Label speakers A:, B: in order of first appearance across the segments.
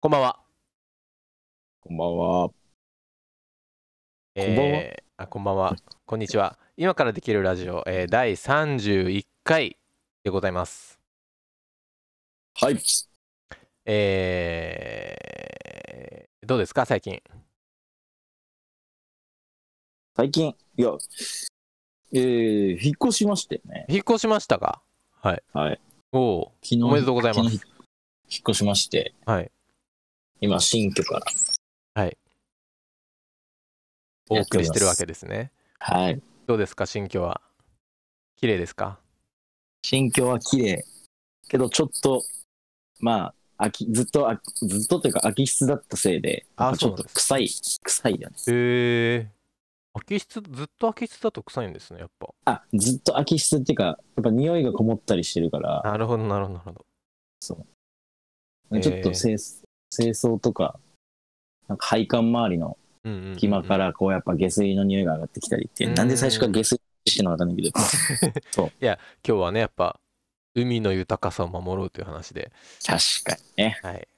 A: こんばんは。
B: こんばんは。
A: こ
B: んばんは
A: あこんばんは。こんにちは。今からできるラジオ、えー、第31回でございます。
B: はい。
A: えー、どうですか、最近。
B: 最近、いや、えー、引っ越しましてね。
A: 引っ越しましたかはい。
B: はい。
A: おお
B: 昨日、
A: おめでとうございます
B: 昨日引っ引っ越しまして、
A: う。はい。
B: 今、新居から。
A: お送りしてるわけですね。
B: はい。
A: どうですか、新居は。綺麗ですか
B: 新居は綺麗。けど、ちょっと、まあ、空きずっとあ、ずっとというか、空き室だったせいで、
A: あ
B: まち
A: そうな
B: ょっ
A: ん
B: と
A: です
B: 臭い、臭いよね。
A: へえ。空き室、ずっと空き室だと臭いんですね、やっぱ。
B: あ、ずっと空き室っていうか、やっぱ匂いがこもったりしてるから、
A: なるほど、なるほど、なるほど。えー
B: ちょっと清,、清掃とか、なんか配管周りの
A: うんうんうんうん
B: 隙間か。らこうやっぱ下水の匂いが上がってきたりっていう、
A: うん
B: なんで最初から下水してなかったんだけど
A: 今日はね、やっぱ、海の豊かさを守ろうという話で。
B: 確かにね
A: はい。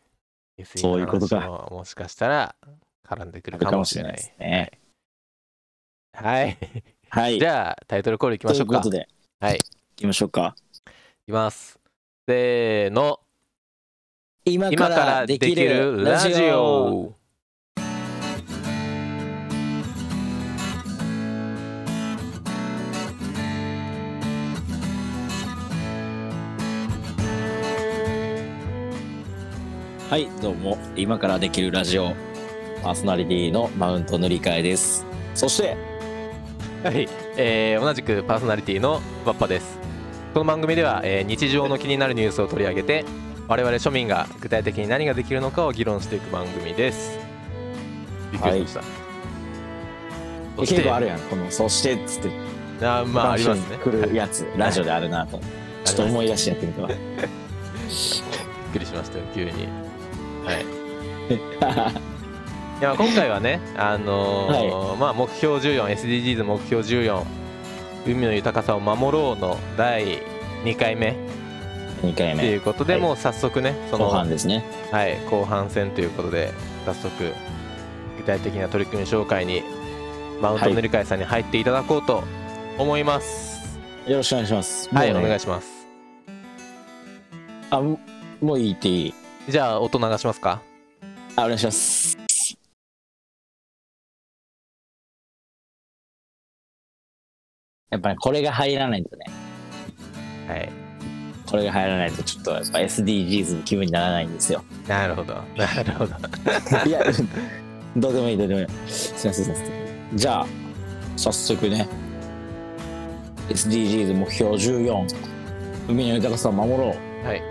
A: SE
B: そういうことか
A: の話ももしかしたら絡んでく
B: あ
A: る
B: る
A: か
B: か
A: も
B: も
A: し
B: し
A: れ
B: れ
A: な。
B: ないいですね
A: はい。
B: は い
A: じゃあタイトルコールいきま
B: とい
A: しょう
B: う
A: か。
B: こ
A: い
B: とで
A: はい
B: 行きましょうか
A: きます。せーの。
B: 今
A: 今からできるラジオ。
B: はいどうも今からできるラジオパーソナリティのマウント塗り替えですそして
A: はい、えー同じくパーソナリティのバッパですこの番組では、えー日常の気になるニュースを取り上げて我々庶民が具体的に何ができるのかを議論していく番組ですびっくりしました、そして
B: 結構あるやんこの「そして」っつって
A: あーまあありますね
B: 来るやつラジオであるなとちょっと思い出してやってみては
A: びっくりしましたよ急にはい いや今回はね、あのーまあ、目標14 SDGs 目標14海の豊かさを守ろうの第2回目
B: 2回
A: とい
B: 目
A: うことで、
B: はい
A: もう早速ねその
B: 後半ですね
A: はい、後半戦ということで早速具体的な取り組み紹介にマウント
B: はい
A: 塗り替えさんに入っていただこうと思います。
B: よろしくお願いします
A: はい、
B: もう
A: お
B: ね
A: 願いします。
B: あもうもういいっていい
A: じゃあ音流しますか。
B: あお願いしますやっぱりこれが入らないとね
A: はい、
B: これが入らないとちょっとやっぱ SDGs の気分にならないんですよ
A: なるほど、なるほど。
B: いやどうでもいいどうでもいいすいませんすいませんじゃあ早速ね SDGs 目標14海の豊かさを守ろ
A: はい、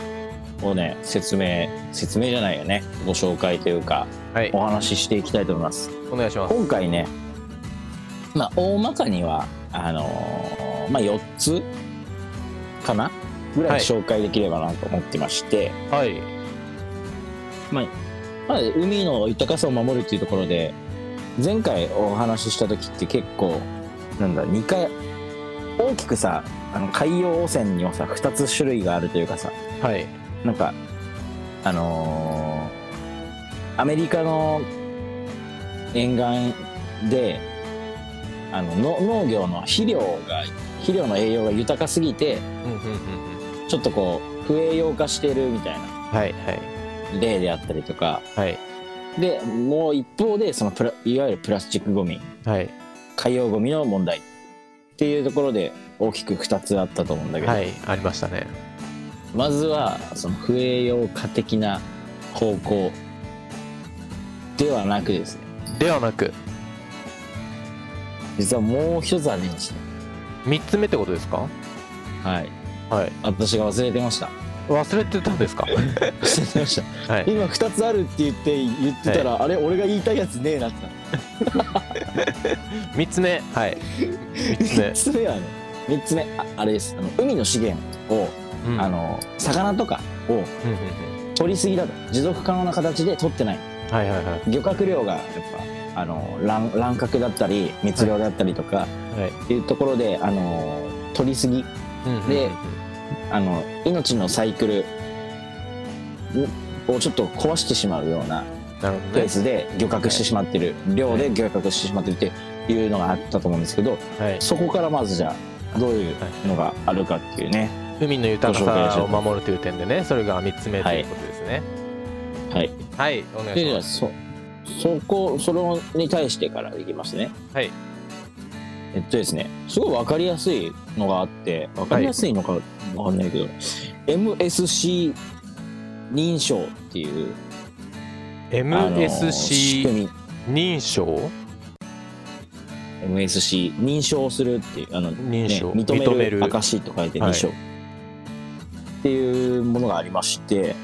B: うをね説明説明じゃないよねご紹介というか
A: はい、
B: お話ししていきたいと思います
A: お願いします。
B: 今回ね、まあ、大まかにはあのーまあ、4つかなぐら
A: はいい
B: 紹介できればなと思ってまして、
A: はい、
B: まあ、海の豊かさを守るっていうところで前回お話しした時って結構なんだ2回大きくさあの海洋汚染にはさ2つ種類があるというかさ
A: はい、
B: なんかあのーアメリカの沿岸であのの農業の肥料が肥料の栄養が豊かすぎて
A: うんうんうんうん、
B: ちょっとこう不栄養化してるみたいな
A: はい、はい、
B: 例であったりとか
A: はい、
B: でもう一方でそのプラいわゆるプラスチックごみ
A: はい、
B: 海洋ごみの問題っていうところで大きく2つあったと思うんだけど、
A: はい、ありましたね。
B: まずはその不栄養化的な方向ではなくですね
A: ではなく、
B: 実はもう一つありまし
A: 三つ目ってことですか。
B: たはい
A: はい、
B: 私が忘れてました
A: 忘れてたんですか。
B: 忘れてました
A: はい、
B: 今2つあるって言って言ってたら、あれ俺が言いたいやつねえなってな
A: 三つ目、はい、三つ
B: 3つ目はね3つ目ああれですあの海の資源を、
A: 目、うん
B: あ、の魚とかを
A: うんうん
B: 取りすぎだと持続可能な形で取ってない
A: うん、はい、はい、はい、
B: 漁獲量がやっぱあの乱乱獲だったり密漁だったりとか
A: はい、
B: いうところで、あの取りすぎ
A: うんうんうん
B: であの命のサイクルをちょっと壊してしまうような
A: なるほど
B: ペ
A: ね
B: ースで漁獲してしまってる量で漁獲してしまってるっていうのがあったと思うんですけど
A: はい
B: そこからまずじゃあどういうのがあるかっていうね
A: 海の豊かさを守るという点でねそれが3つ目ということですね
B: はい
A: はい、お願い
B: で
A: し
B: じゃ
A: ま
B: あ
A: す
B: そそこそれに対してからいきますね
A: はい
B: えっとですねすごい分かりやすいのがあって分かりやすいのか分かんないけど、MSC 認証っていうあの仕
A: MSC
B: 組み
A: 認証
B: MSC 認証するっていうあの、ね、
A: 認証
B: 認める
A: 認める
B: 証と書いて認証、っていうものがありまして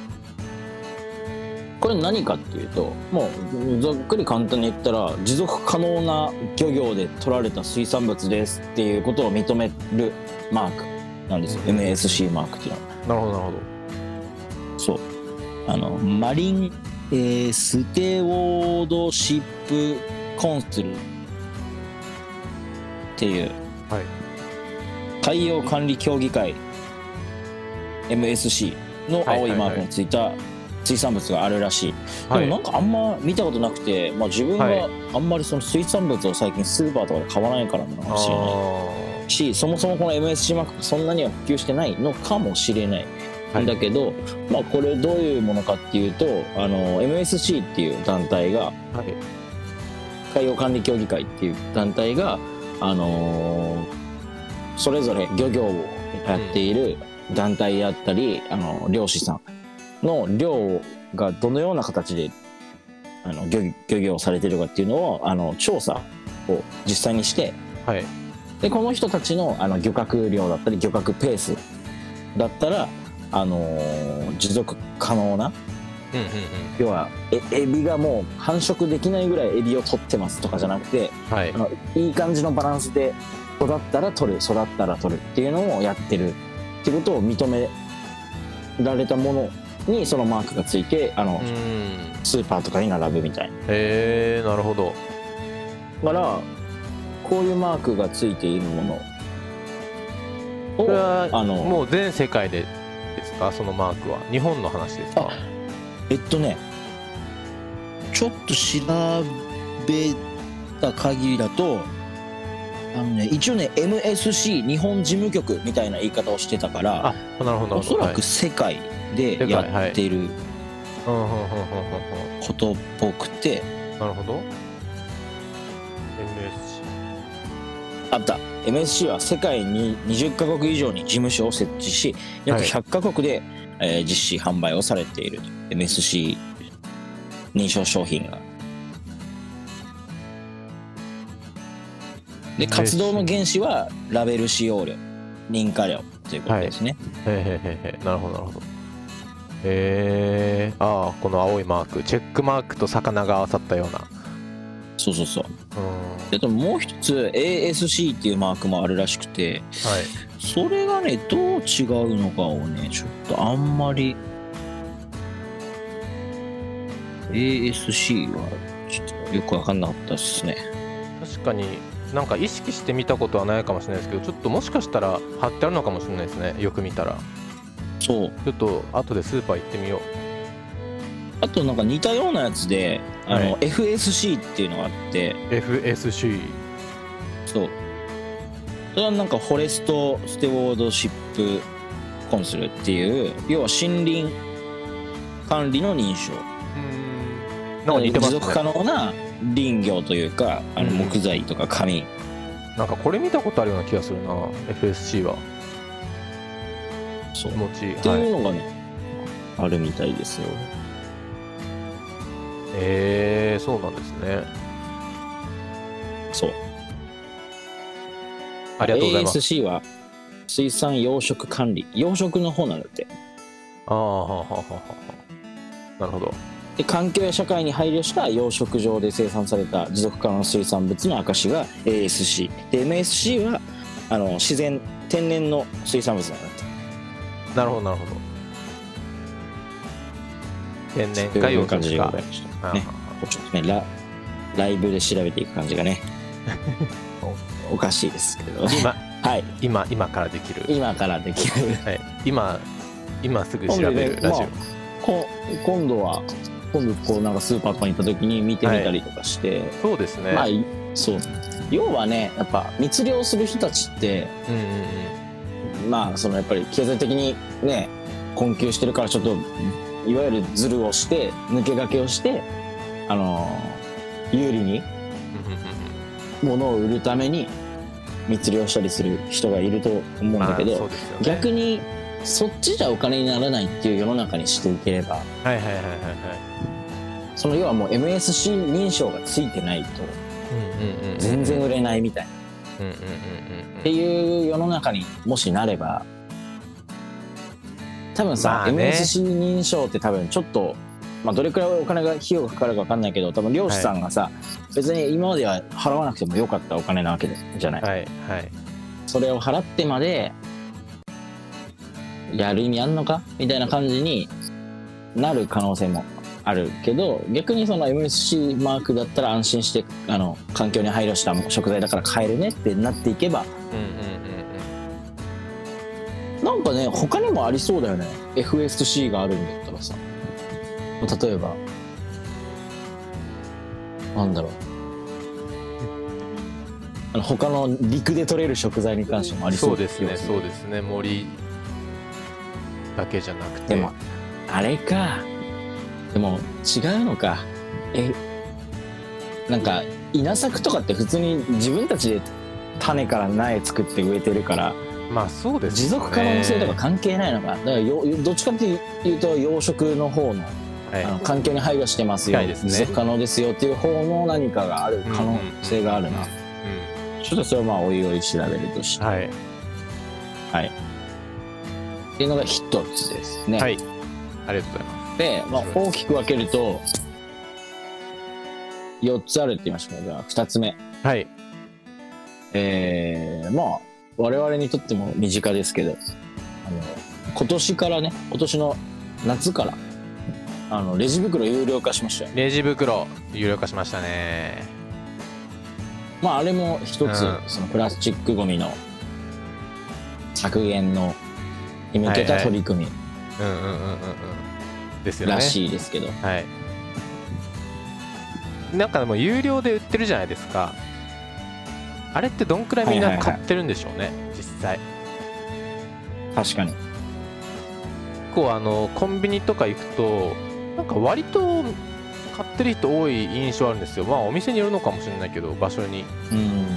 B: これ何かっていうともうざっくり簡単に言ったら持続可能な漁業で取られた水産物ですっていうことを認めるマークなんですよ MSC マークっていう
A: な
B: のは。
A: るほどなるほど
B: そう。あの、マリン、えーステウォードシップコンスルっていう、
A: はい
B: 海洋管理協議会 MSC の青いマークのついた水産物があるらしい。
A: はい
B: でもなんかあんま見たことなくて、まあ自分
A: は
B: が
A: い
B: あんまりその水産物を最近スーパーとかで買わないからなのかもしれない。
A: あ
B: しそもそもこの MSC マークがそんなには普及してないのかもしれない、
A: はい
B: だけど、まあ、これどういうものかっていうとあの MSC っていう団体が
A: ーはい
B: 海洋管理協議会っていう団体が、あのーそれぞれ漁業をやっている団体であったり、あの漁師さんの漁がどのような形であの漁漁業をされてるかっていうのをあの調査を実際にして
A: はい
B: でこの人たちのあの漁獲量だったり漁獲ペースだったら、あのー持続可能な
A: うんうん
B: 要はえエビがもう繁殖できないぐらいエビを取ってますとかじゃなくて
A: うんはい
B: あのいい感じのバランスで育ったら取る育ったら取るっていうのをやってるっていうことを認められたものにそのマークがついてあの、
A: うん
B: スーパーとかに並ぶみたいな。
A: えー、なるほど
B: だからこういうマークがついているもの
A: これ
B: を
A: は
B: あの
A: もう全世界でですかそのマークは日本の話ですか
B: えっとねちょっと調べた限りだとあのね一応ね MSC 日本事務局みたいな言い方をしてたから
A: あなるほどなるほど
B: おそら
A: はい
B: く世界で
A: 世界
B: やっている
A: うんうんうんうんうんう
B: ことっぽくて、
A: んなるほど MSC
B: あった MSC は世界に20カ国以上に事務所を設置し約
A: はい
B: 100カ国で、えー実施販売をされている MSC 認証商品が。で
A: MSC
B: 活動の原資はラベル使用料認可料ということですね、
A: へーへーへーへーなるほどなるほどえー、ああこの青いマークチェックマークと魚が合わさったような
B: そうそうそう
A: うん
B: であともう一つ ASC っていうマークもあるらしく
A: はい
B: てそれがねどう違うのかをねちょっとあんまり ASC はちょっとよく分かんなかったですね
A: 確かになんか意識して見たことはないかもしれないですけどちょっともしかしたら貼ってあるのかもしれないですねよく見たら
B: そう
A: ちょっと後でスーパー行ってみよ
B: あとなんか似たようなやつであの、
A: は
B: FSC っていうのがあって
A: う FSC
B: そうそれはなんかフォレスト・ステウォードシップ・コンスルっていう要は森林管理の認証
A: うんなんか似てま
B: 持
A: すね
B: 続可能な林業というかあの
A: うん
B: 木材とか紙、
A: なんかこれ見たことあるような気がするな FSC は
B: そう
A: 気持ちいい
B: って
A: はいいう
B: のがね、あるみたいですよ。
A: えー、そうなんですね
B: そう。
A: ありがとうございます
B: ASC は水産養殖管理、養殖の方なんだって。
A: ああはあはあはあはあなるほど
B: で環境や社会に配慮した養殖場で生産された持続可能な水産物の証が ASC。で MSC はあの自然天然の水産物なんだって。
A: なるほどなるほど天然か
B: とい
A: 洋
B: う感じ
A: 食
B: でござ
A: か
B: いました。
A: ああ
B: ねちょっとねラライブで調べていく感じ がねおかしいですけど、ね、
A: 今
B: はい
A: 今今からできる
B: 今からできる
A: はい、今今すぐ調べるラジオ、
B: まあこ今度は今度こうなんかスーパーとかに行った時に見てみたりとかして、
A: そうですね、
B: まあいそう要はねやっぱ密漁する人たちって
A: うんうんうん
B: まあそのやっぱり経済的にね困窮してるからちょっといわゆるズルをして抜け駆けをしてあの有利に
A: うんうんうん
B: 物を売るために密漁したりする人がいると思うんだけ
A: まあそ
B: ど
A: うですよね
B: 逆にそっちじゃお金にならないっていう世の中にしていければ
A: はいはいはいはいはい
B: その要はもう MSC 認証がついてないと
A: うんうんうん
B: 全然売れないみたいなっ
A: うんうんうん
B: ていう世の中にもしなれば多分さ、
A: まあね
B: MSC 認証って多分ちょっと、まあ、どれくらいお金が費用がかかるか分かんないけど多分漁師さんがさ、別に今までは払わなくてもよかったお金なわけじゃない、
A: はいはい
B: それを払ってまでやる意味あんのかみたいな感じになる可能性もあるけど逆にその MSC マークだったら安心してあの環境に配慮した食材だから買えるねってなっていけば
A: うんうんうんうん
B: なんかね他にもありそうだよね FSC があるんだったらさ例えばなんだろうあの他の陸で取れる食材に関してもありそ
A: そううですね
B: よ
A: そうですね森だけじゃなくて
B: でも、あれか。でも、違うのか。え、なんか、稲作とかって普通に自分たちで種から苗作って植えてるから、
A: まあそうです
B: 持続可能性とか関係ないのか。だからよ、どっちかっていうと、養殖の方の、
A: はい
B: あの環境に配慮してますよ、
A: 近いですね
B: 持続可能ですよっていう方の何かがある可能性があるな。ちょっとそれはまあ、おいおい調べるとし
A: う
B: て。
A: んはい
B: っていうのが一つですね。
A: はいありがとうございま
B: で、まあ、大きく分けると4つあるって言いましたけどじゃあ2つ目
A: すはい
B: えー、まあ我々にとっても身近ですけどあの今年からね今年の夏からあのレジ袋有料化しましたよ
A: レジ袋有料化しましたね
B: まああれも一
A: う
B: つ、
A: ん
B: そのプラスチックごみの削減のに向けた取り組み
A: うんうんうんうんうんですよね
B: らしいですけど、
A: はいなんかでも有料で売ってるじゃないですかあれってどんくらいみん
B: は
A: な
B: いはいはい
A: 買ってるんでしょうね実際
B: 確かに
A: 結構あのコンビニとか行くとなんか割と買ってる人多い印象あるんですよまあお店によるのかもしれないけど場所に
B: うん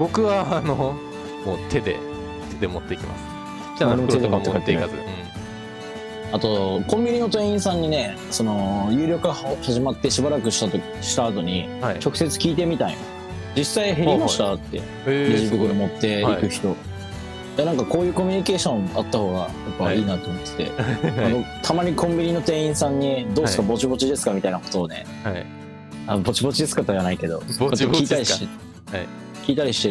A: 僕はあのもう手で手で持っていきますじゃあ
B: 俺も手
A: 袋
B: で
A: とかも
B: 持って帰
A: 持
B: っ
A: ってて
B: い
A: い
B: く
A: かず、
B: あとコンビニの店員さんにねその有料化始まってしばらくしたとした後に
A: うん、はい
B: 直接聞いてみたんよ実際減りましたって
A: え
B: レジ
A: すごい
B: 袋持っていく人、いやなんかこういうコミュニケーションあった方がやっぱいいなと思ってて、あのたまにコンビニの店員さんに「どうですか、
A: はい
B: ぼちぼちですか?」みたいなことをね
A: はい
B: あぼちぼちですかとは言わないけど
A: ぼちぼち
B: 聞いた
A: で
B: り
A: す
B: し
A: か、はい
B: 聞いたりして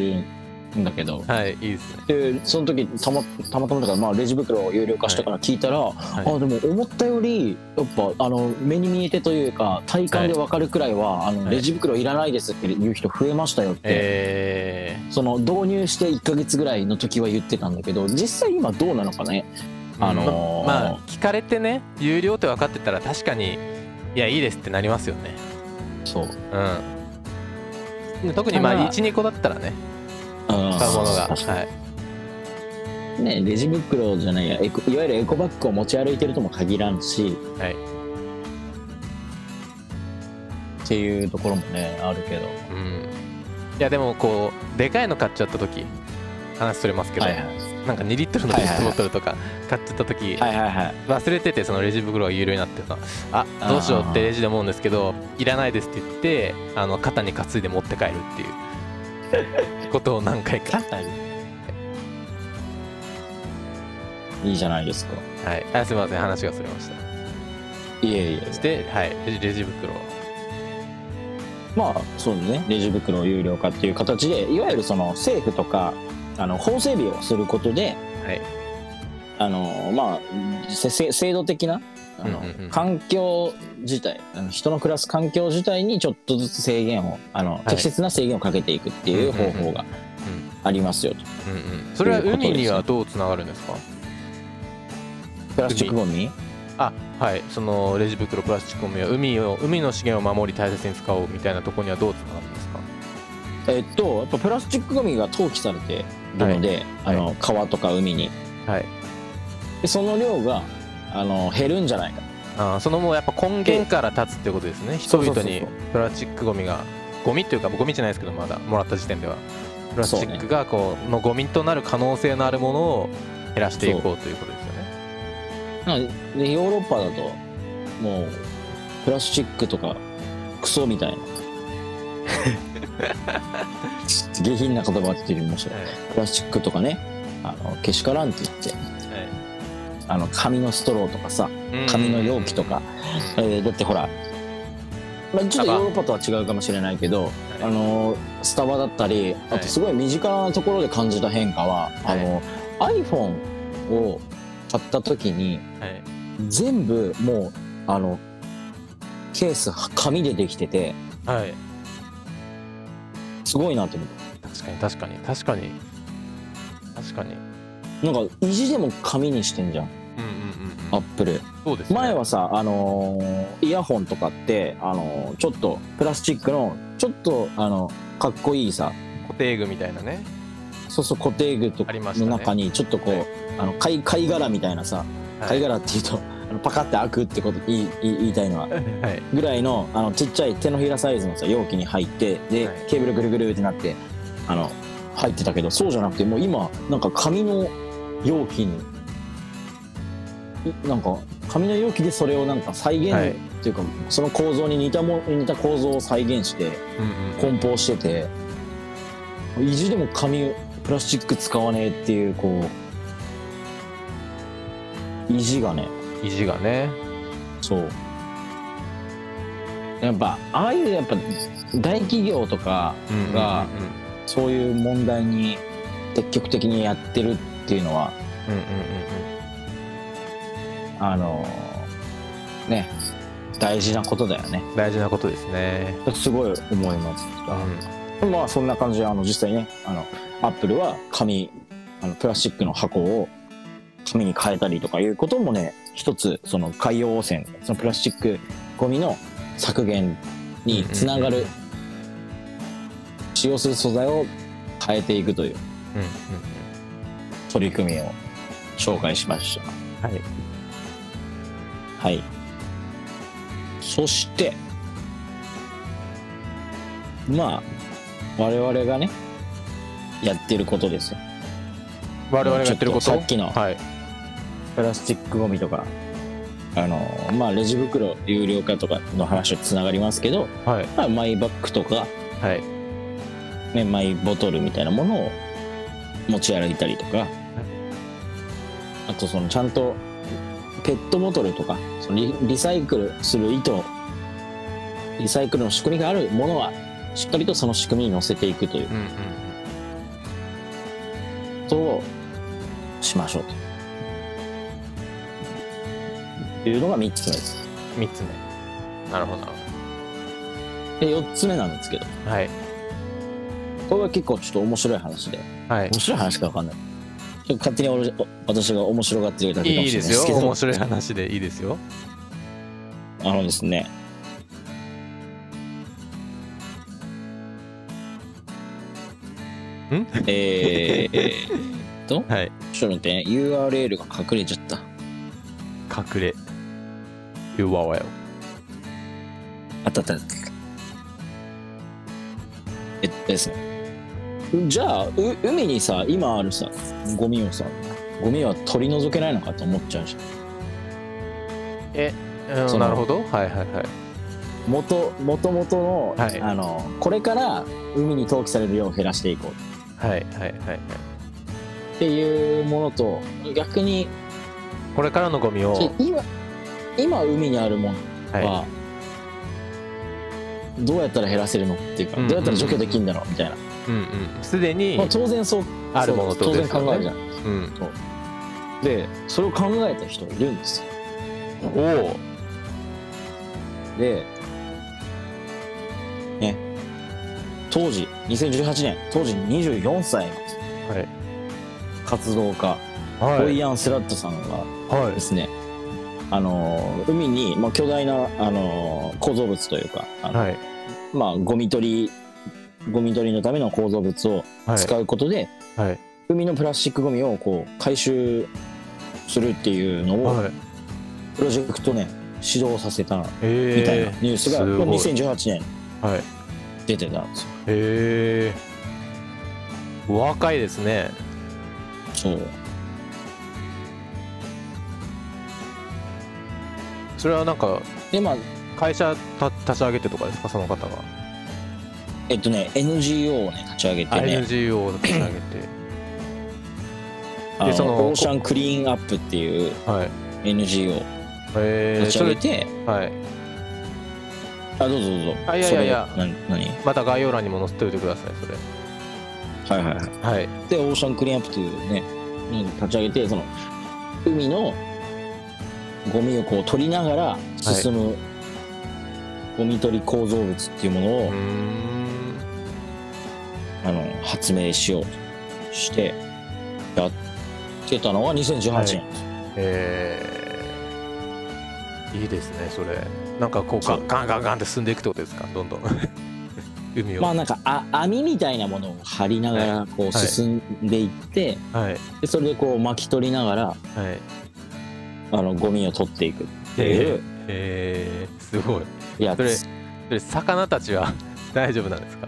B: るんだけど
A: はいいいですね
B: でその時たまたまたまだから、まあ、レジ袋を有料化してから聞いたら、
A: い
B: あでも思ったよりやっぱあの目に見えてというか体感で分かるくらいは、あの
A: はい
B: レジ袋いらないですっていう人増えましたよって、
A: え
B: その導入して1ヶ月ぐらいの時は言ってたんだけど実際今どうなのかね
A: ー、
B: あのー
A: ままあ聞かれてね有料って分かってたら確かにいやいいですってなりますよね
B: そう、
A: うん特にま
B: ただ
A: あ12個だったらね買うものがはい
B: ねレジ袋じゃないやエコいわゆるエコバッグを持ち歩いてるとも限らんし、
A: はい
B: っていうところもねあるけど
A: うんいやでもこうでかいの買っちゃった時話それますけど、
B: はいはい
A: なんか2リットルのペットボトルとか買っちゃった時、
B: はいはいはい
A: 忘れててそのレジ袋が有料になってるのあ
B: あー
A: どうしようってレジで思うんですけどいらないですって言ってあの肩に担いで持って帰るっていう ことを何回か、
B: いいじゃないですか
A: はい、あすみません話がそれました
B: いえいえ
A: そして、はい、レジレジ袋は
B: まあそうねレジ袋有料化っていう形でいわゆるその政府とかあの法整備をすることで
A: い
B: あのまあせせ制度的なあの、
A: うんうんうん
B: 環境自体あの人の暮らす環境自体にちょっとずつ制限をあの、
A: い
B: 適切な制限をかけていくっていう方法がありますよと、
A: うんうん、それは海にはどうつながるんですか
B: プラスチックゴミ
A: 海あはいそのレジ袋プラスチックゴミは海を海の資源を守り大切に使おうみたいなところにはどうつながるんですか
B: えっとやっぱプラスチックゴミが投棄されてるので、
A: はい
B: あの川とか海に
A: はい
B: でその量があの減るんじゃないか
A: あーそのもうやっぱ根源から立つってことですね人
B: そうそう
A: 々
B: そうそ
A: に
B: う
A: プラスチックゴミがゴミっていうかゴミじゃないですけどまだもらった時点ではプラスチックがこうのゴミとなる可能性のあるものを減らしていこうということですよね
B: なのででヨーロッパだともうプラスチックとかクソみたい な下品な言葉って言いましたけどプラスチックとかねあのけしからんって言ってあの紙のストローとかさ紙の容器とか、えーだってほら、まあ、ちょっとヨーロッパとは違うかもしれないけど、あのースタバだったりあとすごい身近なところで感じた変化は、
A: はい
B: あの iPhone を買った時に
A: はい
B: 全部もうあのケース紙でできてて
A: はい
B: すごいなって思っ
A: 確かに確かに確かに確かにうん
B: たなんか意地でも紙にしてんじゃん
A: うん
B: ア
A: うん
B: ップル
A: そうですね
B: 前はさあのーイヤホンとかってあのーちょっとプラスチックのちょっとあのかっこいいさ
A: 固定具みたいなね
B: そうそう固定具と
A: あ
B: か
A: りました
B: の
A: ね
B: 中にちょっとこう、
A: はい
B: あの貝貝殻みたいなさ
A: はい
B: 貝殻っていうと、あのパカって開くってこと言い言い言いたいのは
A: はい
B: ぐらいのあのちっちゃい手のひらサイズのさ容器に入ってで、
A: はい
B: ケーブルぐるぐるってなってあの入ってたけどそうじゃなくてもう今なんか紙の容器にいなんか紙の容器でそれをなんか再現、
A: はい
B: っていうかその構造に似たも似た構造を再現して
A: うんうん
B: 梱包してて意地でも紙プラスチック使わねえっていうこう意地がね
A: 意地がね
B: そうやっぱああいうやっぱ大企業とか
A: うんうんうんうん
B: がそういう問題に積極的にやってるっていうのは
A: うんうんうんうん
B: あのね大事なことだよね
A: 大事なことですね。
B: すごい思います
A: う
B: まあそんな感じであの実際ねあのアップルは紙あのプラスチックの箱を紙に変えたりとかいうこともね一つその海洋汚染そのプラスチックゴミの削減につなが
A: うんうんう、
B: る使用する素材を変えていくとい
A: う
B: うん
A: ん、
B: 取り組みを紹介しました
A: はい
B: はいそしてまあ我々がねやってることですよ
A: 我々がやってること。
B: ちょっとさっきの
A: はい。
B: プラスチックゴミとかあのまあレジ袋有料化とかの話とつながりますけど、
A: はい。
B: まあ、マイバッグとか、
A: はい。
B: ね、マイボトルみたいなものを持ち歩いたりとか、あとそのちゃんとペットボトルとかそのリリサイクルする意図リサイクルの仕組みがあるものはしっかりとその仕組みに乗せていくという
A: うん、うん、
B: ことをしましょうというのが3つ目です
A: うん。三つ目。なるほどなるほ
B: で4つ目なんですけど
A: ど。はい。
B: これは結構ちょっと面白い話で
A: はい
B: 面。白い話か分かんないちょっと勝手に俺お私が面白がってるだけかも
A: いい
B: しれ
A: で
B: ない
A: す
B: です
A: よ。
B: けど
A: 面白い話でいいですよ。
B: あのですね。
A: ん
B: えー、えーっと、
A: はい。
B: ちょっと待って、ね、URL が隠れちゃった。
A: 隠れ。u r よ。
B: あったあったあった。えっとですね。じゃあ、う海にさ、今あるさ、ゴミをさ、ゴミは取り除けないのかと思っちゃうし、
A: う
B: そ
A: ん、
B: の
A: なるほど。はいはいはい。
B: 元元々の、
A: はい
B: あの、これから海に投棄される量を減らしていこう。
A: はいはいはいはい。
B: っていうものと逆に
A: これからのゴミを。
B: で今今海にあるもの
A: は
B: はどうやったら減らせるのっていうか、
A: うんうん
B: どうやったら除去できるんだろうみたいな、
A: い。うんうん。すでに
B: まあ、。当然そう
A: あるものって
B: そ
A: こ
B: う
A: と
B: 当
A: です
B: 然
A: よね
B: 考えるじゃん
A: うん。
B: でそれを考えた人いるんですよ
A: おお。
B: でね当時2018年当時24歳の
A: はい。
B: 活動家、ボ
A: は
B: イ
A: い。
B: アン・スラットさんが
A: は
B: ですねあのー海にもう巨大な、あのー構造物というか、あの
A: はい
B: まあゴミ取りゴミ取りのための構造物を
A: はい
B: 使うことで、
A: はい
B: 海のプラスチックゴミをこう回収するっていうのを
A: はい
B: プロジェクトね始動させたみ
A: えー、
B: たいなニュースが、
A: すごい
B: 2018年
A: はい
B: 出てたんですよ。
A: えー、お若いですね
B: そう
A: それはなんか
B: でまあ
A: 会社た立ち上げてとかですかその方が、
B: えっとね NGO をね立ち上げてね
A: NGO を立ち上げ て
B: あの
A: その
B: オーシャンクリーンアップっていう
A: はい
B: NGO を
A: えー、
B: 立ち
A: そ
B: 上げ
A: れ
B: て、
A: はい
B: あどうぞどうぞ
A: あいやいやいや
B: それな何
A: また概要欄にも載せておいてくださいそれ
B: はいはいは
A: はい
B: いでオーシャンクリーンアップというねのを立ち上げてその海のゴミをこう取りながら進む、ゴミ取り構造物っていうものを、
A: うーん
B: あの発明しようとしてやってたのが2018年、
A: えー、いいですねそれなんかこうガ
B: そう
A: ンガンガンガンって進んでいくってことですかどん どん海を、
B: まあなんかあ網みたいなものを張りながらこう
A: はい
B: 進んでいって、
A: はい
B: でそれでこう巻き取りながら
A: はい
B: あのゴミを取っていくって
A: え
B: いう
A: ー、えー、すごい
B: や
A: それ
B: つ
A: それ魚たちは 大丈夫なんですか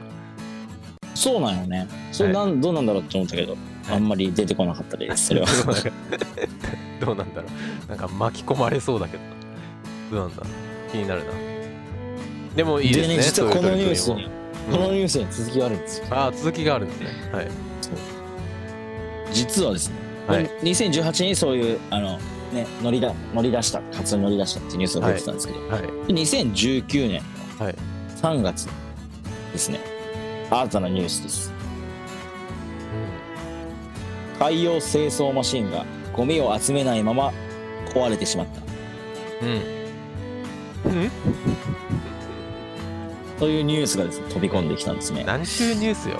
B: そうなんよね。それなん、どうなんだろうって思ったけど、あんまり出てこなかったです。それは。
A: どうなんか どうなんだろうなんか巻き込まれそうだけどどうなんだ気になるなでもいいですね
B: 実はこの
A: そう
B: ニ
A: い
B: ュ
A: う
B: ース
A: 取り組
B: に、こ
A: みも
B: のニュースに続きがあるんですよ。
A: うんあー続きがあるんですねはい
B: 実はですね、
A: はい
B: 2018年にそういうあのね乗りだ乗り出した活動に乗り出したっていうニュースが出てたんですけど、
A: はい
B: 2019年
A: はい
B: 3月ですね、新たなニュースです。海洋清掃マシンがゴミを集めないまま壊れてしまった
A: うん、うん、
B: というニュースがですね飛び込んできたんですね。
A: 何週ニュースよ。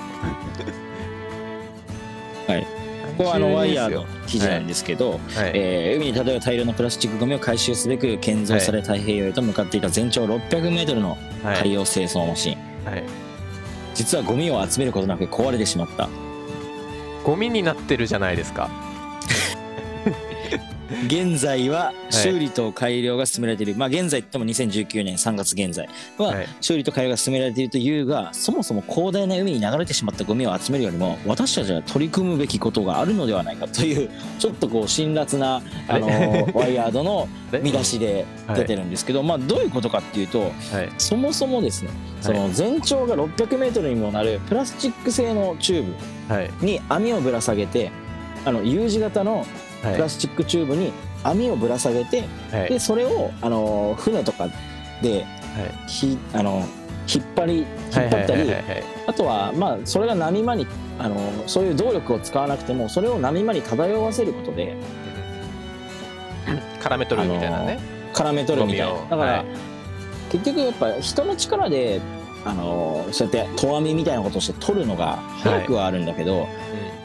B: はい。ここはあのワイヤーの記事なんですけど。
A: はい。
B: えー海に漂う大量のプラスチックゴミを回収すべく建造され太平洋へと向かっていた全長 600m の
A: は
B: 海
A: い。
B: 洋清掃マシン、
A: はい。
B: 実はゴミを集めることなく壊れてしまった
A: ゴミになってるじゃないですか。
B: 現在は修理と改良が進められている、まあ現在っても2019年3月現在は
A: はい
B: 修理と改良が進められているというがそもそも広大な海に流れてしまったゴミを集めるよりも私たちは取り組むべきことがあるのではないかという ちょっとこう辛辣なあ のーワイヤードの
A: で
B: 見出しで出てるんですけど、まあどういうことかっていうと
A: はい。
B: そもそもですね、その全長が 600m にもなるプラスチック製のチュー
A: はい。
B: ブに網をぶら下げてあの U 字型の
A: は
B: プ
A: い。
B: ラスチックチューブに網をぶら下げて、
A: はい。
B: でそれを、あのー船とかでひ、あのー引っ張り引っ
A: はい。はい。
B: 張
A: は
B: っ
A: い。
B: た
A: は
B: り、
A: い。はい。
B: あとは、まあ、それが波間に、あのーそういう動力を使わなくてもそれを波間に漂わせることで
A: 絡めとるみたいなね。
B: 絡め取るみたい
A: ゴミを
B: な。だから、
A: はい
B: 結局やっぱ人の力であのーそうやって投網みたいなことをして取るのが早くはあるんだけど、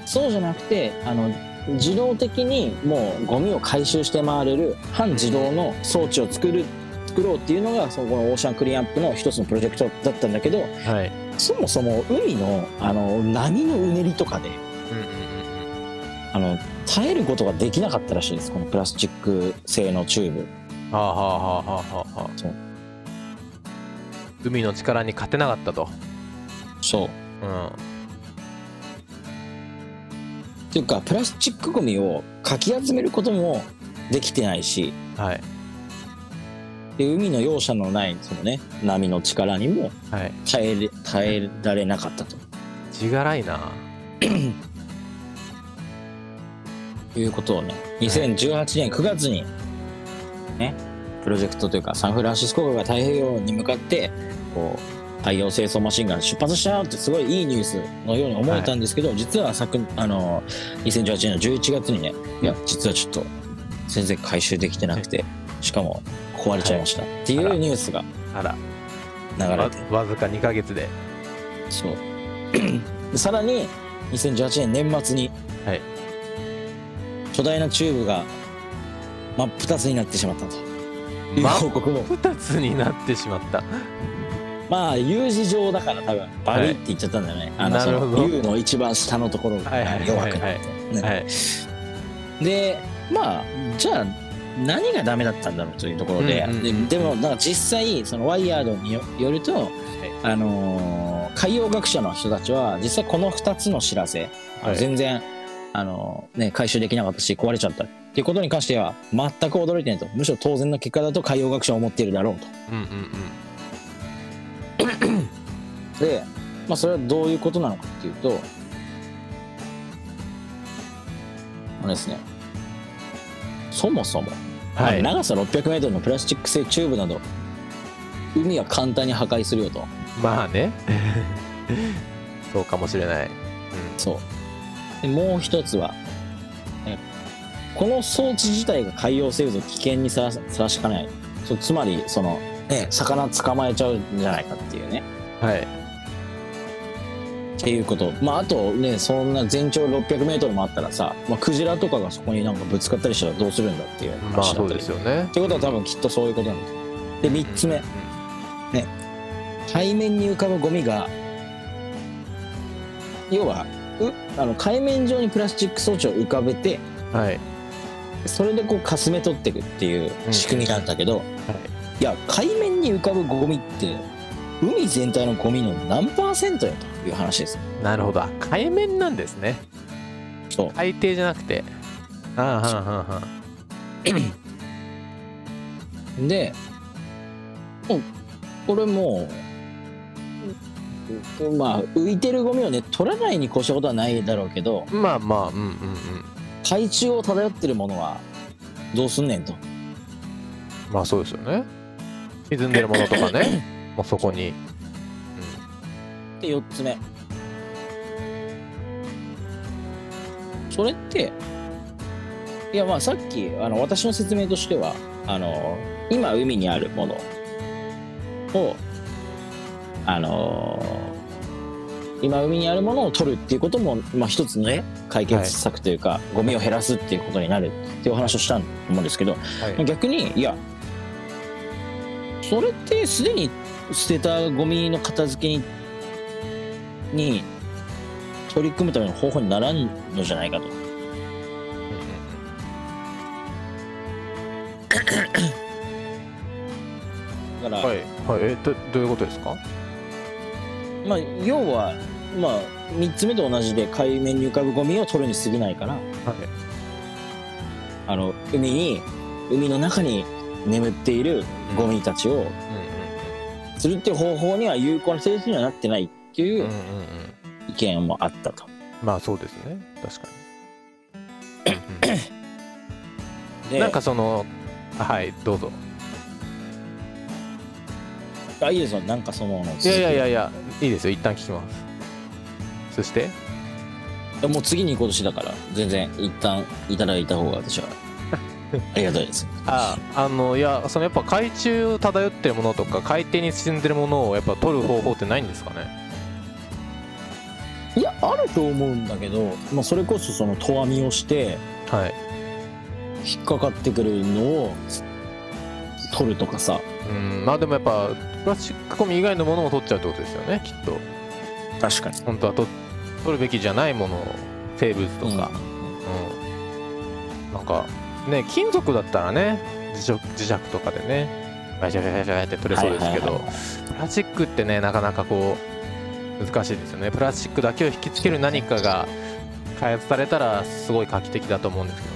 B: そうじゃなくてあの自動的にもうゴミを回収して回れる半自動の装置を作る作ろうっていうのがそのこのオーシャンクリーンアップの一つのプロジェクトだったんだけど
A: うん。はい。
B: そもそも海のあの波のうねりとかで
A: うんうんうん
B: あの耐えることができなかったらしいですこのプラスチック製のチューブ。
A: うん。はあはあはあはあはあはあ
B: そう。
A: 海の力に勝てなかったと。
B: そう
A: うん。
B: っていうかプラスチックゴミをかき集めることもできてないし
A: はい。
B: で海の容赦のないその、ね、波の力にも
A: はい。
B: 耐えれ耐えられなかったと
A: 地がいな。
B: いうことをね2018年9月にねプロジェクトというかサンフランシスコが太平洋に向かってこう太陽清掃マシンが出発したってすごいいいニュースのように思えたんですけど、実は昨あの2018年の11月にねいや実はちょっと全然回収できてなくてしかも壊れちゃいましたってい
A: あら
B: うニュースが
A: あら、
B: 流れ
A: わ
B: て
A: わずか2ヶ月で。
B: そう でさらに2018年年末に、
A: はい
B: 巨大なチューブが真っ二つになってしまったという
A: 真
B: 報告も
A: 二つになってしまった
B: まあ U 字上だから多分バリって言っちゃったんだよね、あの
A: なるほど
B: その U の一番下のところが
A: はいはいはい
B: 弱くなって、ね
A: はい
B: でまあじゃあ何がダメだったんだろうというところで、
A: うんうんうんうん
B: ででもなんか実際そのワイヤードによよると、あのー海洋学者の人たちは実際この2つの知らせ、あの
A: はい
B: 全然、あのーね、回収できなかったし壊れちゃったっていうことに関しては全く驚いてないとむしろ当然の結果だと海洋学者は思っているだろうと。
A: うんうん
B: で、まあ、それはどういうことなのかっていうとあれですねそもそも、
A: はい
B: まあ長さ 600m のプラスチック製チューブなど海は簡単に破壊するよと
A: うんまあね そうかもしれない
B: そうでもう一つはえこの装置自体が海洋生物を危険にさらさらしかねないそうつまりその、ね、魚捕まえちゃうんじゃないかっていうね
A: はい
B: っていうことまああとねそんな全長 600m もあったらさ、まあ、クジラとかがそこになんかぶつかったりしたらどうするんだっていう
A: まあ
B: 話だ
A: そ
B: っ
A: う
B: たり
A: ですよね
B: ってことは多分きっとそういうことなんだで3つ目
A: う
B: 海面に浮かぶゴミが要はうあの海面上にプラスチック装置を浮かべて
A: んはい
B: それでこうかすめ取っていくっていう仕組みなんだけど、いや海面に浮かぶゴミって海全体のゴミの何パーセントよという話ですよ
A: なるほどあ海面なんですね
B: そう
A: 海底じゃなくてああはあはあはあ
B: で、もうこれもう、うまあ、浮いてるゴミをね、取らないに越したことはないだろうけど、
A: まあまあうんうんうん
B: 海中を漂ってるものは、どうすんねんと。
A: まあそうですよね沈んでるものとか ねもうそこに
B: で、4つ目。それって、いや、まあ、さっき、あの、私の説明としては、あの、今、海にあるものを、あの今海にあるものを取るっていうことも、まあ、一つのね解決策というか、ゴミを減らすっていうことになるっていうお話をしたと思うんですけど、
A: はい
B: 逆にいやそれってすでに捨てたゴミの片付けにに取り組むための方法にならんのじゃないかと。
A: うんうんうん
B: だから、
A: はい、はい、えどどういうことですか
B: まあ、要は、まあ、3つ目と同じで海面に浮かぶゴミを取るに過ぎないから
A: はい
B: あの海に海の中に眠っているゴミたちをするっていう方法には有効な手術にはなってないって
A: う
B: い
A: んうん
B: う
A: うんうん
B: 意見もあったと。
A: まあそうですね確かにうんう
B: で
A: んなんかそのあはいどうぞ
B: あいいですよなんかその
A: いやいやいやいやいいですよ一旦聞きますそして
B: いやもう次に行こうとしてたから全然一旦いただいた方が私 はありがたいです
A: ああのいやそのやっぱ海中を漂ってるものとか海底に沈んでるものをやっぱ取る方法ってないんですかね
B: いやあると思うんだけど、まあ、それこそその投網をして
A: はい
B: 引っかかってくるのを取るとかさ
A: うんまあでもやっぱプラスチックゴミ以外のものも取っちゃうってことですよねきっと
B: 確かに
A: 本当は取取るべきじゃないものを生物とか、うん、なんかね金属だったらね磁石磁石とかでねバシャバシャバシャって取れそうですけど、
B: はいはい
A: プラスチックってねなかなかこう難しいですよねプラスチックだけを引きつける何かが開発されたらすごい画期的だと思うんですけど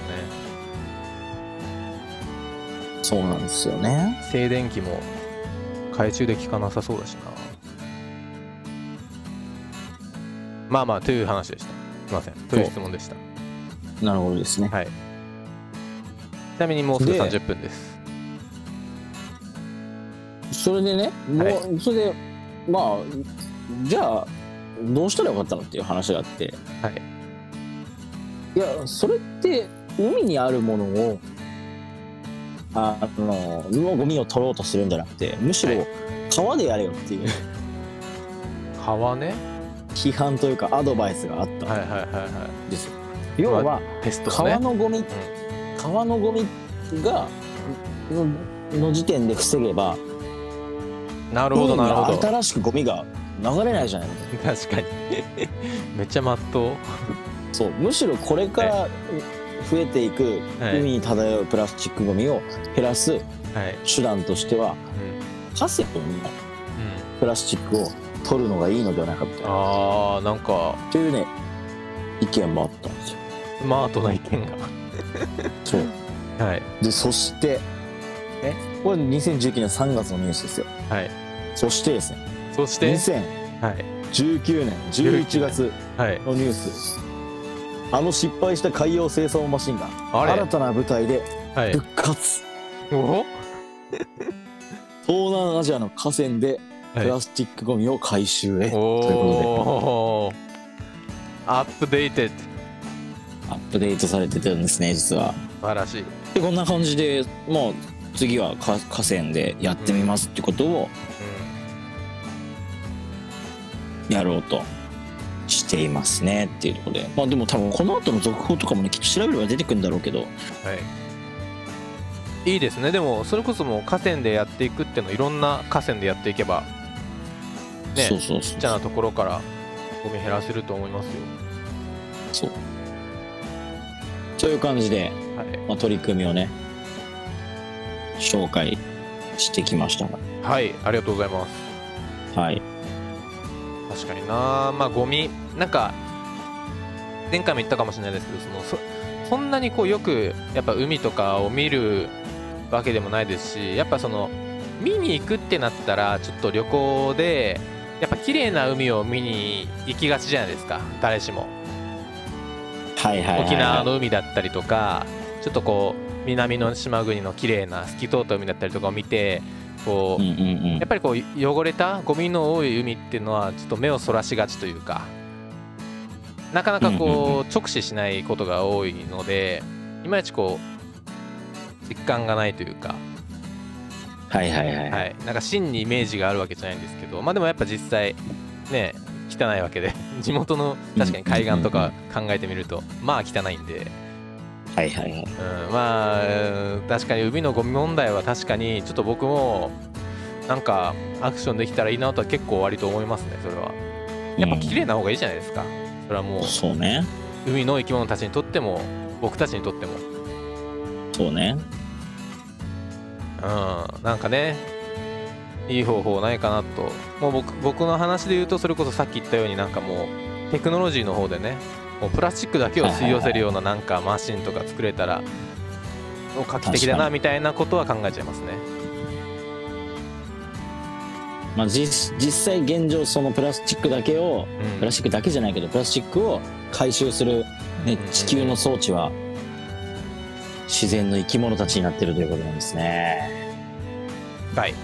A: ね
B: そうなんですよね
A: 静電気も懐中で効かなさそうだしなまあまあという話でしたすいませんという質問でした
B: なるほどですね
A: はい。ちなみにもうすぐ
B: で
A: 30分です。
B: それでねもう、
A: は
B: それでまあじゃあどうしたらよかったのっていう話があって
A: はい。
B: いやそれって海にあるものをあののゴミを取ろうとするんじゃなくてむし
A: は
B: ろ
A: い
B: 川でやれよっていう
A: 川ね。
B: 批判というかアドバイスがあっ
A: は
B: た
A: いはいはいは
B: んですよ、要は
A: ペストね。
B: 川のゴミ、
A: ん
B: 川のゴミがのの時点で防げば
A: なるほどなるほど
B: 新しくゴミが流れないじゃないみたいな
A: 確かに めっちゃまっとう
B: そうむしろこれから増えていく
A: はい、
B: 海に漂うプラスチックゴミを減らす
A: はい
B: 手段として
A: う
B: は
A: んうん、
B: カセットにプラスチックを取るのがいいのではないかみたいな
A: あーなんか
B: というね意見もあったんですよ
A: スマートな意見
B: そう
A: がはい
B: でそしてえこれ2019年3月のニュースですよ
A: はい
B: そしてですね
A: そして
B: 2019
A: はい
B: 年11月
A: はい
B: のニュースあの失敗した海洋清掃マシンが
A: あれ
B: 新たな舞台で
A: はい
B: 復活
A: お
B: 東南アジアの河川で
A: はい
B: プラスチックゴミを回収へ、というこ
A: おおアップデーテッド
B: とでアップデートされてたんですね実は
A: 素晴らしい
B: でこんな感じでもう次はか河川でやってみますってことをやろうとしていますねっていうところでまあでも多分この後の続報とかもねきっと調べれば出てくるんだろうけど
A: はい、いいですねでもそれこそもう河川でやっていくっていうのいろんな河川でやっていけばね
B: そうそうそ
A: ち
B: う
A: っちゃなところからゴミ減らせると思いますよ
B: そうという感じで、
A: はい、
B: まあ、取り組みをね紹介してきました
A: はい、ありがとうございます
B: はい
A: 確かになまあゴミなんか前回も言ったかもしれないですけどそのそそんなにこうよくやっぱ海とかを見るわけでもないですしやっぱその見に行くってなったらちょっと旅行でやっぱ綺麗な海を見に行きがちじゃないですか誰しも
B: はいはいはいはい
A: 沖縄の海だったりとかちょっとこう南の島国の綺麗な透き通った海だったりとかを見てこう
B: うんうんうん
A: やっぱりこう汚れたゴミの多い海っていうのはちょっと目をそらしがちというかなかなか
B: うんうん
A: こう直視しないことが多いのでいまいちこう実感がないというか、
B: はいはいはい
A: はい、なんか真にイメージがあるわけじゃないんですけどまあでもやっぱ実際ね汚いわけで地元の確かに海岸とか考えてみるとまあ汚いんで、
B: はいはいはい
A: うん、まあうん確かに海のゴミ問題は確かにちょっと僕もなんかアクションできたらいいなとは結構割と思いますねそれはやっぱ綺麗な方がいいじゃないですかそれはも
B: う
A: うん
B: そうね
A: 海の生き物たちにとっても僕たちにとっても
B: そうね
A: うんなんかねいい方法ないかなともう僕僕の話で言うとそれこそさっき言ったようになんかもうテクノロジーの方でねもうプラスチックだけを吸い寄せるようななんかマシンとか作れたら画期的だ
B: 確か
A: なみたいなことは考えちゃいますね
B: まあ実実際現状そのプラスチックだけを
A: うん
B: プラスチックだけじゃないけどプラスチックを回収する、
A: う
B: ね
A: ん、
B: 地球の装置は自然の生き物たちになってるということなんですね
A: はい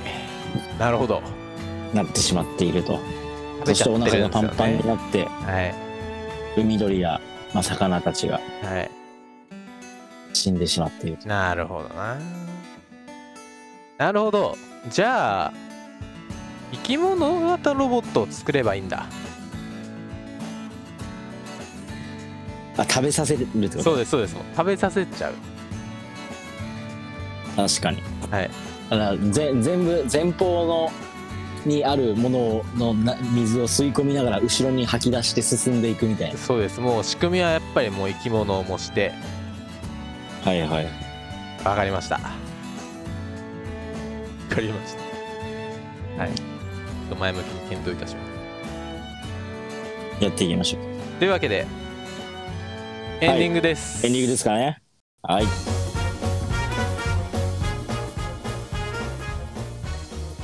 A: なるほど
B: なってしまっていると
A: 食
B: そ
A: べ
B: し
A: ち
B: て
A: ゃ
B: お
A: って
B: 腹
A: る
B: が
A: んです
B: パン
A: よ
B: パンに
A: ね
B: なって
A: はい
B: 海鳥や、まあ、魚たちが
A: はい
B: 死んでしまっていると
A: なるほどななるほどじゃあ生き物型ロボットを作ればいいんだ
B: あ食べさせるってこと
A: そうですそうですもう食べさせちゃう
B: 確かに
A: はい
B: だからぜ全部前方のにあるもののな水を吸い込みながら後ろに吐き出して進んでいくみたいな
A: そうですもう仕組みはやっぱりもう生き物を模して
B: はいはい
A: わかりましたわかりましたはいちょっと前向きに検討いたします
B: やっていきましょう
A: というわけでエンディングです、
B: エンディングですかねはい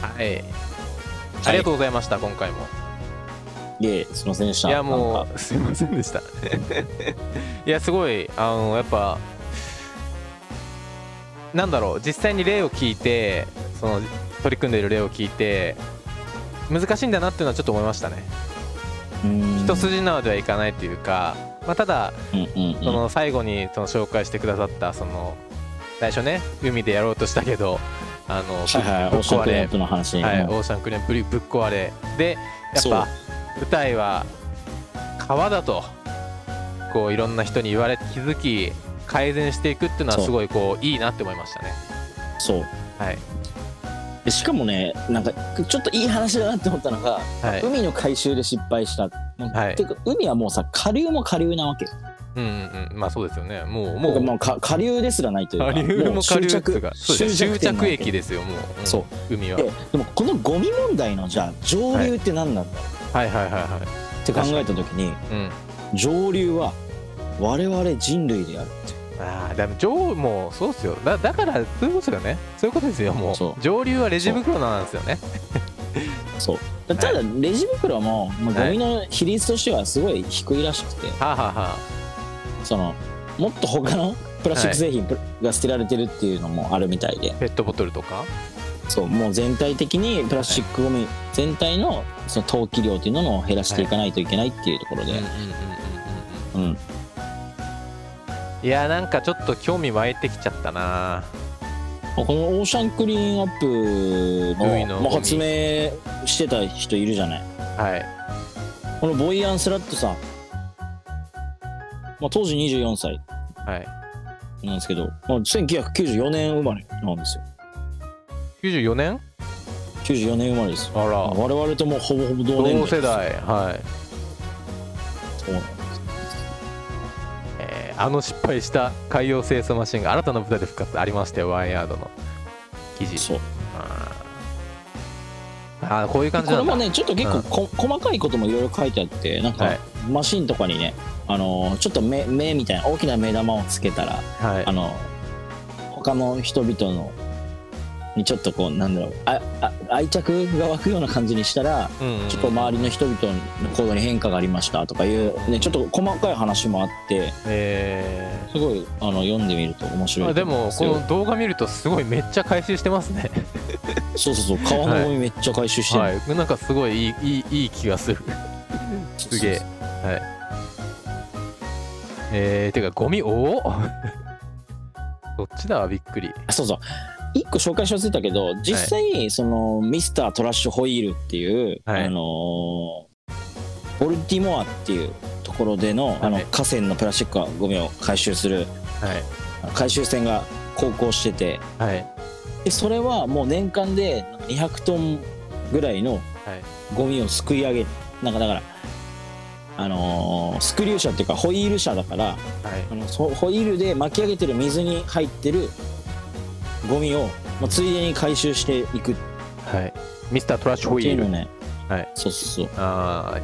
A: はいありがとうございました、今回も
B: いえいえすいませんでした
A: いや
B: な
A: も
B: んか
A: う すいませんでしたいやすごいあのやっぱなんだろう実際に例を聞いてその取り組んでいる例を聞いて難しいんだなっていうのはちょっと思いましたね
B: うん
A: 一筋縄ではいかないというか、まあ、ただ
B: うんうんうん
A: その最後にその紹介してくださったその最初ね海でやろうとしたけどあのぶっ
B: はいはいオ
A: ぶっ
B: ーシャン
A: 壊
B: クレ
A: れ
B: ープの話にも、
A: はい、オーシャンクレーンぶりぶっ壊れでやっ
B: そう
A: ぱ舞台は川だとこういろんな人に言われ気づき改善していくっていうのは
B: そう
A: すごいこういいなって思いましたね
B: そう
A: はい
B: でしかもねなんかちょっといい話だなって思ったのが、
A: はい
B: 海の回収で失敗した、
A: はい
B: てか海はもうさ下流も下流なわけ
A: うんうんうんまあそうですよねもうも
B: もう
A: う
B: もうか下流ですらないという
A: 下
B: か
A: 流
B: も
A: も
B: う
A: 下流
B: 終
A: っていう
B: 着
A: かそうですね終
B: 点な
A: 着
B: わけ
A: 駅ですよもう、うん
B: そ
A: 海は
B: ででもこのゴミ問題のじゃあ上流って何なんだろう
A: はいはいはいは
B: って考えた時
A: い
B: に
A: うん
B: 上流は我々人類であるって
A: ああでも上もうそうっすよだだからそういうことですよねそういうことですよも
B: そう
A: 上流はレジ袋なんですよね
B: そうだただレジ袋も、まあ、ゴミの比率としてはすごい低いらしくて、
A: はあ、はあはあ、
B: そのもっと他のプラスチック製品プラが捨てられてるっていうのもあるみたいで
A: ペットボトルとか
B: そうもう全体的にプラスチックゴミ全体のその投棄量っていうのを減らしていかないといけないっていうところで、
A: うんうんうんうん
B: うん
A: うんいやなんかちょっと興味湧いてきちゃったな
B: このオーシャンクリーンアップの
A: 海のゴミ
B: まあ、発明してた人いるじゃない
A: はい
B: このボイアン・スラットさん、まあ、当時24歳
A: はい
B: なんですけど、まあ、1994年生まれなんですよ
A: 94年
B: 94年生まれですよ
A: あ
B: まあ
A: ら
B: 我々ともほぼほぼ同年代
A: 同世代はい、
B: そうなんです
A: えーあの失敗した海洋清掃マシンが新たな舞台で復活ありましたよワイヤードの記事
B: そう
A: あーあーこういう感じ
B: こ
A: な
B: れ
A: んだ
B: もねちょっと結構こ、細かいこともいろいろ書いてあってなんか、
A: はい
B: マシンとかにねあのーちょっと目目みたいな大きな目玉をつけたら、
A: はい
B: あの他の人々のにちょっとこうなんだろうああ愛着が湧くような感じにしたら
A: うんうんうん
B: ちょっと周りの人々の行動に変化がありましたとかいう、ね、ちょっと細かい話もあって
A: えー
B: すごいあの読んでみると面白
A: あ
B: いと
A: で
B: 思うん
A: も
B: です
A: こ
B: よ
A: の動画見るとすごいめっちゃ回収してます ね
B: そうそうそう川のゴミめっちゃ回収してる、
A: はいなんかすごいいいいいいい気がするすげえはいえー、てかゴミ多っ そっちだわびっくり
B: そうそう一個紹介し忘れたけど実際にその、ミスタートラッシュホイールっていう、
A: はい
B: あのーボルティモアっていうところでの,、あの
A: はい
B: 河川のプラスチックゴミを回収する
A: はい
B: あの回収船が航行してて
A: はい
B: でそれはもう年間で200トンぐらいのゴミをすくい上げなんかだから、あのースクリュー車っていうかホイール車だから
A: はい
B: あのそホイールで巻き上げてる水に入ってるゴミを、まあ、ついでに回収していくっ
A: はいミスタートラッシュホイ
B: てい
A: ー
B: うのを
A: ル
B: ね、
A: はい
B: そうそうそうっ
A: ああなる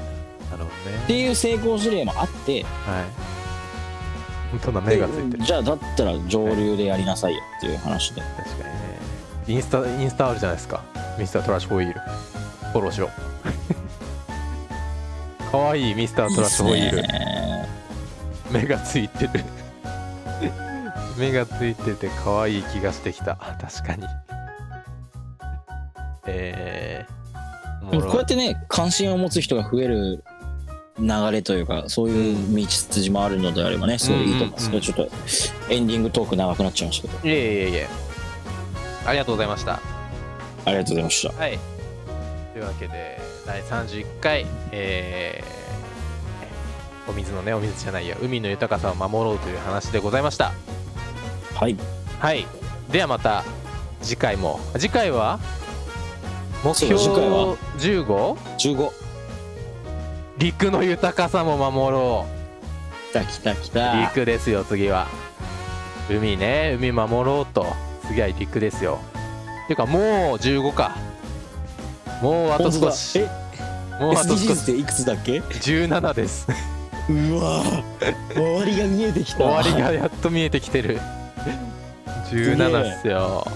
A: ほどね
B: ていう成功事例もあって
A: はい本当だ目がついてる
B: じゃあだったら上流でやりなさいよっていう話で、
A: 確かにねインスタインスタあるじゃないですかミスタートラッシュホイールフォローしろ かわいいミスタートラッシュホイール
B: ね
A: 目がついてる 目がついてて可愛い気がしてきた確かにえー、おもろい
B: こうやってね関心を持つ人が増える流れというかそういう道筋もあるのであればねすごいいいと思います、
A: うんうんうん
B: これちょっとエンディングトーク長くなっちゃいましたけど
A: いえいえいえありがとうございました
B: ありがとうございました
A: はい。というわけで、第31回、えーお水のね、お水じゃないや、海の豊かさを守ろうという話でございました。
B: はい
A: はい。ではまた、次回も。次回は目標
B: そうだ次回
A: 15?
B: は15
A: 陸の豊かさも守ろう。
B: 来た来た来た
A: 陸ですよ、次は。海ね、海守ろうと。次は陸ですよ。ていうか、もう15か。もうあと
B: 本当
A: 少
B: だ
A: し。
B: え
A: もうあと少
B: SDGs っ
A: し。
B: ていくつだっけ
A: 17です。
B: うわー終わりが見えてきた
A: 終わりがやっと見えてきてる17っすよ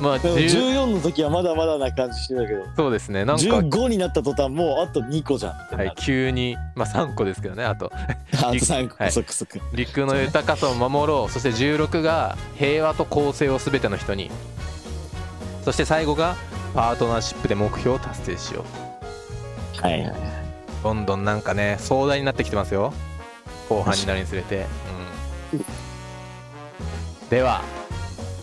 A: まあ
B: でも
A: 10
B: 14の時はまだまだな感じしてたけど
A: そうですねなんか、は
B: 15になった途端もうあと2個じゃんみたい
A: い
B: な、、
A: 急にまあ3個ですけどねあと
B: あと3個、
A: はい
B: そくそく
A: 陸の豊かさを守ろうそして16が平和と公正を全ての人にそして最後がパートナーシップで目標を達成しよう
B: はいはいはい
A: どんどんなんかね壮大になってきてますよ後半になるにつれて、うん、では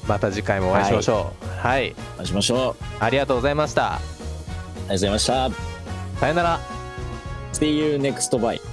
A: また次回もお会いしましょうはい、
B: お会いしましょう
A: ありがとうございました
B: ありがとうございました
A: さよなら
B: See you next bye